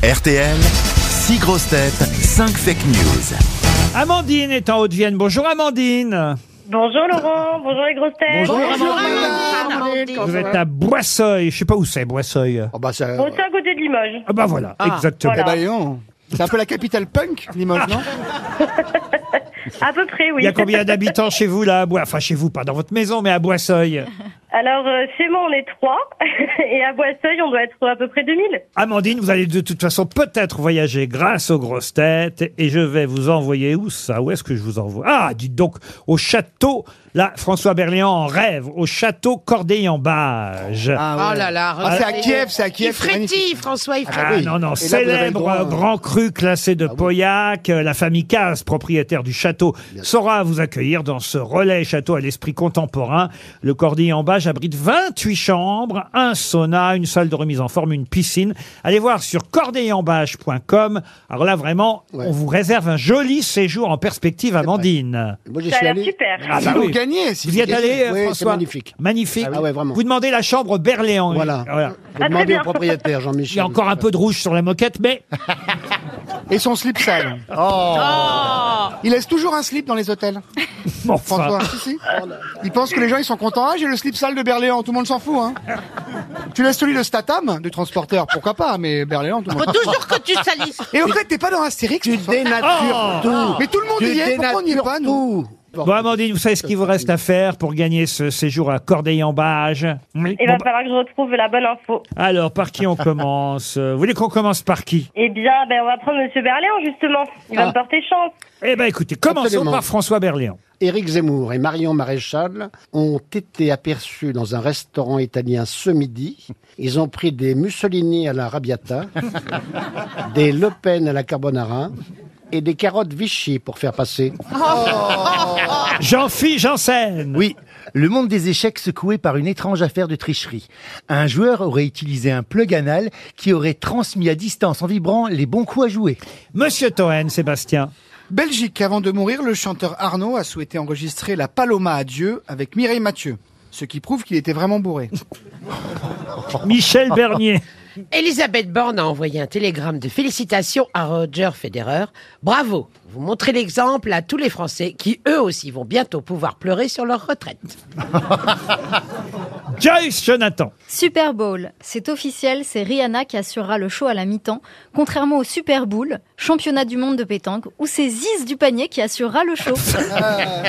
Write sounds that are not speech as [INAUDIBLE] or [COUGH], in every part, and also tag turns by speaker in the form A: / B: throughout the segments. A: RTL, 6 grosses têtes, 5 fake news.
B: Amandine est en Haute-Vienne. Bonjour Amandine.
C: Bonjour Laurent, bonjour les grosses têtes.
B: Bonjour, Vous êtes à Boisseuil. Je sais pas où c'est Boisseuil.
D: Oh bah ça...
C: Bon, c'est à côté de Limoges.
B: Ah bah voilà, exactement.
D: Eh
C: voilà.
D: bah dis donc. C'est un peu la capitale punk, Limoges, non
C: À peu près, oui.
B: Il y a combien d'habitants chez vous là à Bois Enfin chez vous, pas dans votre maison, mais à [LAUGHS] Boisseuil.
C: Alors, euh, chez moi, on est trois. [LAUGHS] Et à Boisseuil, on doit être à peu près 2000.
B: Amandine, vous allez de toute façon peut-être voyager grâce aux grosses têtes et je vais vous envoyer où ça Où est-ce que je vous envoie Ah, dites donc au château. Là, François Berléand en rêve au château Corday-en-Bage. Ah,
D: ouais.
E: Oh là là,
D: Ah, c'est à
E: regardez.
D: Kiev, c'est à
E: Il
D: Kiev. c'est magnifique.
E: frétille, François, il frétille.
D: Ah oui.
B: Ah, non, non,
D: Et là, vous avez le
B: célèbre
D: droit,
B: euh,
D: hein. Ah
B: grand cru classé de Pauillac, euh, la famille Casse, propriétaire du château, saura vous accueillir dans ce relais château à l'esprit contemporain. Le Cordier en Bage abrite 28 chambres, un sauna, une salle de remise en forme, une piscine. Allez voir sur cordeillenbage.com. Alors là, vraiment,
D: Ouais.
B: on vous réserve un joli séjour en perspective, Amandine.
D: Moi, j'y
C: Ça a
D: suis
C: l'air
D: allé.
C: super.
B: Ah, bah
D: Si vous
B: oui.
D: gagnez, si
B: Vous y êtes allé, euh,
D: Oui, c'est
B: François
D: magnifique.
B: Magnifique.
D: Ah ouais, vraiment.
B: Vous demandez la chambre Berléand.
D: Voilà. Euh, Vous
C: très
D: demandez
C: bien.
D: au propriétaire,
B: Il
D: Jean-Michel.
B: y a encore un peu de rouge sur la moquette, mais
D: Et son slip sale.
B: Oh.
C: Oh.
D: Il laisse toujours un slip dans les hôtels,
B: bon, enfin, [LAUGHS]
D: François. si, si. Il pense que les gens, ils sont contents. Ah, j'ai le slip sale de Berléand, tout le monde s'en fout. Hein. tu laisses celui de Statam, du transporteur, pourquoi pas, mais Berléand, tout le monde...
E: Faut toujours que tu salisses.
D: Et au fait, t'es pas dans Astérix
F: Tu
D: François Oh.
F: dénatures tout.
D: Mais tout le monde
F: Tu
D: y est, pourquoi on n'y est pas, nous
B: Bon, Amandine, vous savez ce qu'il vous reste à faire pour gagner ce séjour à Corday-en-Bage Oui.
C: Il
B: Bon,
C: va
B: bah,
C: falloir que je retrouve la bonne info.
B: Alors, par qui on commence Euh, Vous voulez qu'on commence par qui
C: Eh bien, ben, on va prendre Monsieur Berléand, justement. Il
B: Ah.
C: va me porter chance.
B: Eh ben, écoutez, commençons
D: Absolument.
B: par François Berléand.
D: Éric Zemmour et Marion Maréchal ont été aperçus dans un restaurant italien ce midi. Ils ont pris des Mussolini à la Rabiata, des Le Pen à la Carbonara et des carottes Vichy pour faire passer.
B: Jean-Philippe Janssen
G: Oui, le monde des échecs secoué par une étrange affaire de tricherie. Un joueur aurait utilisé un plug anal qui aurait transmis à distance en vibrant les bons coups à jouer.
B: Monsieur Toen, Sébastien
H: Belgique, avant de mourir, le chanteur Arnaud a souhaité enregistrer la Paloma à Dieu avec Mireille Mathieu. Ce qui prouve qu'il était
B: [LAUGHS]
H: vraiment bourré.
B: Michel Bernier
E: [LAUGHS] Elisabeth Borne a envoyé un télégramme de félicitations à Roger Federer. Bravo, vous montrez l'exemple à tous les Français qui, eux aussi, vont bientôt pouvoir pleurer sur leur retraite.
B: Joyce Jonathan
I: Super Bowl, c'est officiel, c'est Rihanna qui assurera le show à la mi-temps, contrairement au Super Bowl, championnat du monde de pétanque, où c'est Ziz du panier qui assurera
B: [LAUGHS]
I: le show.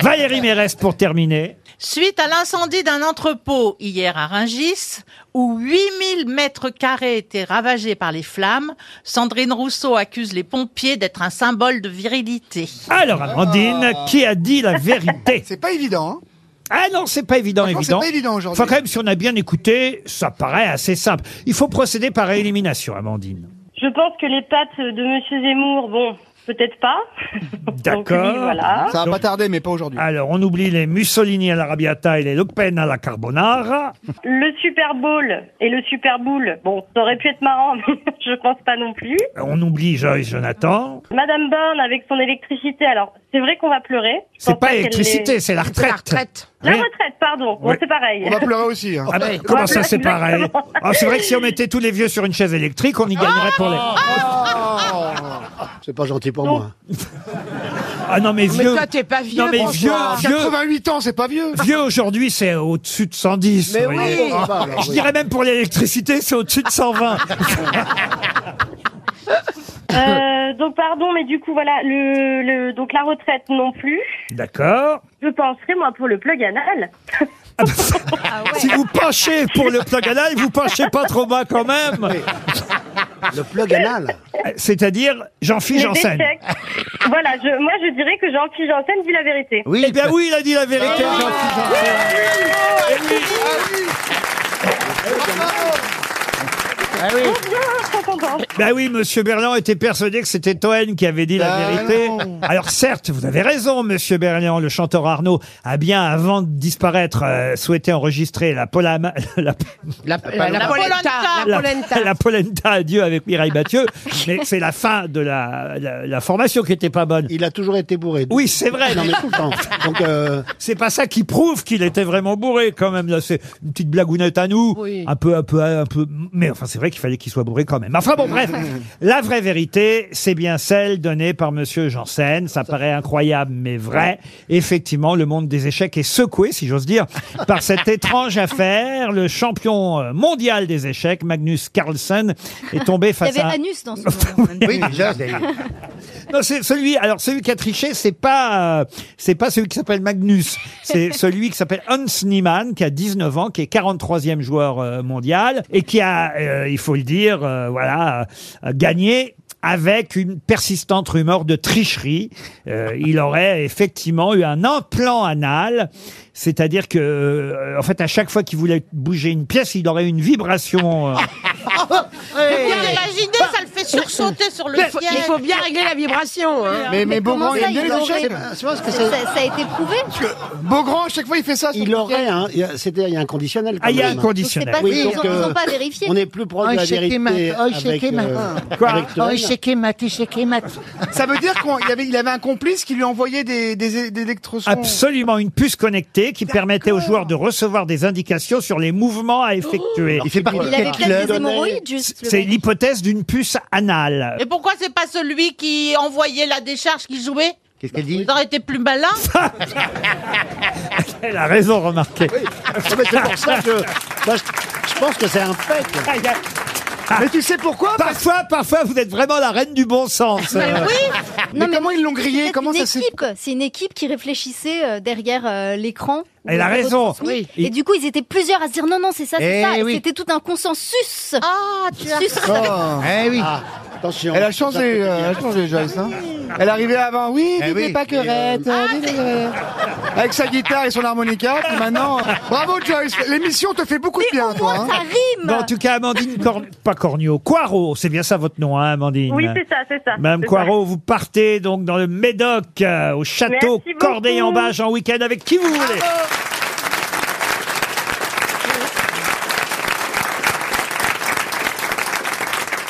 B: Valérie Mérès pour terminer
J: Suite à l'incendie d'un entrepôt hier à Ringis, où 8000 mètres carrés étaient ravagés par les flammes, Sandrine Rousseau accuse les pompiers d'être un symbole de virilité.
B: Alors, Amandine, qui a dit la vérité
H: C'est pas évident, hein
B: Ah non, c'est pas évident,
H: Franchement,
B: évident.
H: c'est pas évident aujourd'hui.
B: Enfin, quand même, si on a bien écouté, ça paraît assez simple. Il faut procéder par élimination, Amandine.
C: Je pense que les pattes de Monsieur Zemmour, bon, peut-être pas. [LAUGHS] Donc,
B: D'accord.
C: lui, voilà.
H: Ça va
B: Donc-
H: pas tarder, mais pas aujourd'hui.
B: Mm. Alors, on oublie les Mussolini à l'Arabiata et les Le Pen à la Carbonara.
C: Le Super Bowl et le Super Bowl, bon, ça aurait pu être marrant, [LAUGHS] mais je pense pas non plus.
B: Euh, On oublie Joyce Jonathan.
C: Madame Borne avec son électricité, alors, c'est vrai qu'on va pleurer. Je
B: C'est
C: pense
B: pas
C: qu'elle
B: électricité,
C: l'ait-
B: c'est la
E: C'est la
B: retraite.
E: retraite. Ah, bah,
C: La
B: Rien-
C: retraite, pardon. Bon,
B: Ouais.
C: c'est pareil.
H: On va pleurer aussi. hein.
B: Ah ben, comment ça, c'est
C: Voilà,
B: pareil Ah, C'est vrai que si on mettait tous les vieux sur une chaise électrique, on y gagnerait pour les.
E: Ah,
D: C'est pas gentil pour moi. hein.
B: Ah non, mais
E: Mais
B: vieux.
E: toi, t'es pas vieux,
B: Non, mais vieux,
E: François.
B: vieux.
H: 88 ans, c'est pas vieux.
B: Vieux aujourd'hui, c'est au-dessus de 110.
D: Mais
B: vous
D: oui,
B: voyez.
D: ça va, alors,
B: Je
D: oui.
B: dirais même pour l'électricité, c'est au-dessus de 120.
E: [LAUGHS]
C: Euh, donc pardon, mais du coup voilà, le, le donc la retraite non plus.
B: D'accord.
C: Je penserai moi pour le plug anal.
B: Si vous penchez pour le plug anal, vous penchez pas trop bas quand même.
D: Le plug anal.
B: C'est-à-dire Jean-Philippe
C: Les
B: Janssen.
C: échecs. voilà, je, moi je dirais que Jean-Pierre Janssen dit la vérité.
G: Oui,
B: Eh bien oui, il a dit la vérité.
E: Ah,
B: Jean-Philippe Janssen.
C: Je suis trop contente.
B: Ben oui, Monsieur Berland était persuadé que c'était Toen qui avait dit la
H: Ben
B: vérité.
H: non.
B: Alors certes, vous avez raison, Monsieur Berland. Le chanteur Arnaud a bien, avant de disparaître, euh, souhaité enregistrer la, polama- la,
E: La, la, la polenta. La
B: la-
E: polenta.
B: la polenta à Dieu avec Mireille Mathieu. Mais c'est la fin de la, la, la formation qui était pas bonne.
D: Il a toujours été bourré. Ah
B: Oui, c'est vrai.
D: Non, mais tout le temps. Donc, euh,
B: C'est pas ça qui prouve qu'il était vraiment bourré quand même. Là, c'est une petite blagounette à nous,
E: Oui.
B: un peu, un peu, un peu. Mais enfin, c'est vrai savait qu'il fallait qu'il soit bourré quand même. Enfin bon, bref, la vraie vérité, c'est bien celle donnée par Monsieur Janssen. Ça paraît incroyable, mais vrai. Effectivement, le monde des échecs est secoué, si j'ose dire, par cette étrange affaire. Le champion euh, mondial des échecs, Magnus Carlsen, est tombé
I: Il y
B: face
I: avait
B: à...
I: Anus
B: [LAUGHS]
I: dans son nom.
G: Oui, déjà, c'est-
B: Non, c'est celui. Alors celui qui a triché, c'est pas euh, c'est pas celui qui s'appelle Magnus. C'est celui qui s'appelle Hans Niemann, qui a 19 ans, qui est 43e joueur euh, mondial et qui a, euh, il faut le dire, euh, voilà, euh, gagné avec une persistante rumeur de tricherie. Euh, il aurait effectivement eu un implant anal. C'est-à-dire que, euh, en fait, à chaque fois qu'il voulait bouger une pièce, il aurait une vibration. euh,
J: Vous imaginez, ça le fait sursauter sur le
E: Il
J: siège.
E: faut bien régler la vibration. hein.
H: Mais, mais Beaugrand,
I: comment
H: il
I: ça,
H: aime bien
I: il
H: les
I: aurait-
H: échecs.
D: C'est pas ce que
I: Ça,
D: ça-
I: ça a été prouvé
H: Parce que Beaugrand, à chaque fois, il fait ça. son
D: Il
H: petit
D: aurait
H: air.
D: un. il y a- C'est-à-dire, il y a un conditionnel. quand
B: Ah, il y a un
D: même.
I: Donc, c'est
B: conditionnel.
I: pas,
D: Oui,
I: ils
D: donc,
I: n'ont
D: euh,
I: pas vérifié.
D: On est plus proche de la
G: Oishikemat,
D: vérité avec,
G: oishikemat.
D: euh,
B: Quoi Ah,
D: avec
E: Oh,
D: Toen.
H: Ça veut dire qu'il avait, il avait un complice qui lui envoyait des, des, des électrosons.
B: Absolument, une puce connectée qui permettait aux joueurs de recevoir des indications sur les mouvements à
C: Oh,
B: effectuer.
G: Il fait partie de
I: Il avait
G: quel
I: peut-être des
G: club
I: hémorroïdes, juste. le
B: C'est
I: mec.
B: l'hypothèse d'une puce anale.
J: Et pourquoi c'est pas celui qui envoyait la décharge qui jouait
G: Qu'est-ce qu'elle dit
J: Vous auriez été plus malin
B: Elle a raison, remarquez.
D: Ah, mais c'est pour ça que moi, je, je pense que c'est un fait.
H: Mais tu sais pourquoi
B: Parfois, parfois, vous êtes vraiment la reine du bon sens.
C: Eh
B: euh.
H: mais, comment ils l'ont grillé
I: C'est
H: Comment
I: une
H: ça s'est
I: équipe. quoi. C'est une équipe qui réfléchissait euh, derrière euh, l'écran. ou
B: Elle a
I: la
B: raison.
I: retransmis.
B: Oui.
I: Et du coup, ils étaient plusieurs à se dire non, non, c'est ça, c'est
G: Eh
I: ça. Et
G: oui.
I: C'était tout
D: [LAUGHS]
I: un consensus.
J: Ah, tu as...
I: Sus.
H: Oh.
G: Eh oui.
D: Ah, attention.
H: Elle a changé, euh, elle a changé Joyce. Hein. Elle arrivait avant, oui,
G: Ah Eh
H: vive
G: oui.
H: les pâquerettes, euh, vive les pâquerettes. Avec sa guitare et son harmonica, puis maintenant... euh, Bravo Joyce, l'émission te fait beaucoup de bien, toi.
D: Oh.
H: hein.
I: Ça rime.
B: Bon, en tout cas, Amandine Corn- pas Cornio, Coirot, c'est bien ça votre nom, hein, Amandine
C: Oui, c'est ça, c'est ça.
B: Madame
C: C'est
B: Coirot, vous partez donc dans le Médoc, euh, au château
C: Merci beaucoup.
B: Corday-en-Bage en week-end avec qui vous voulez.
C: ça.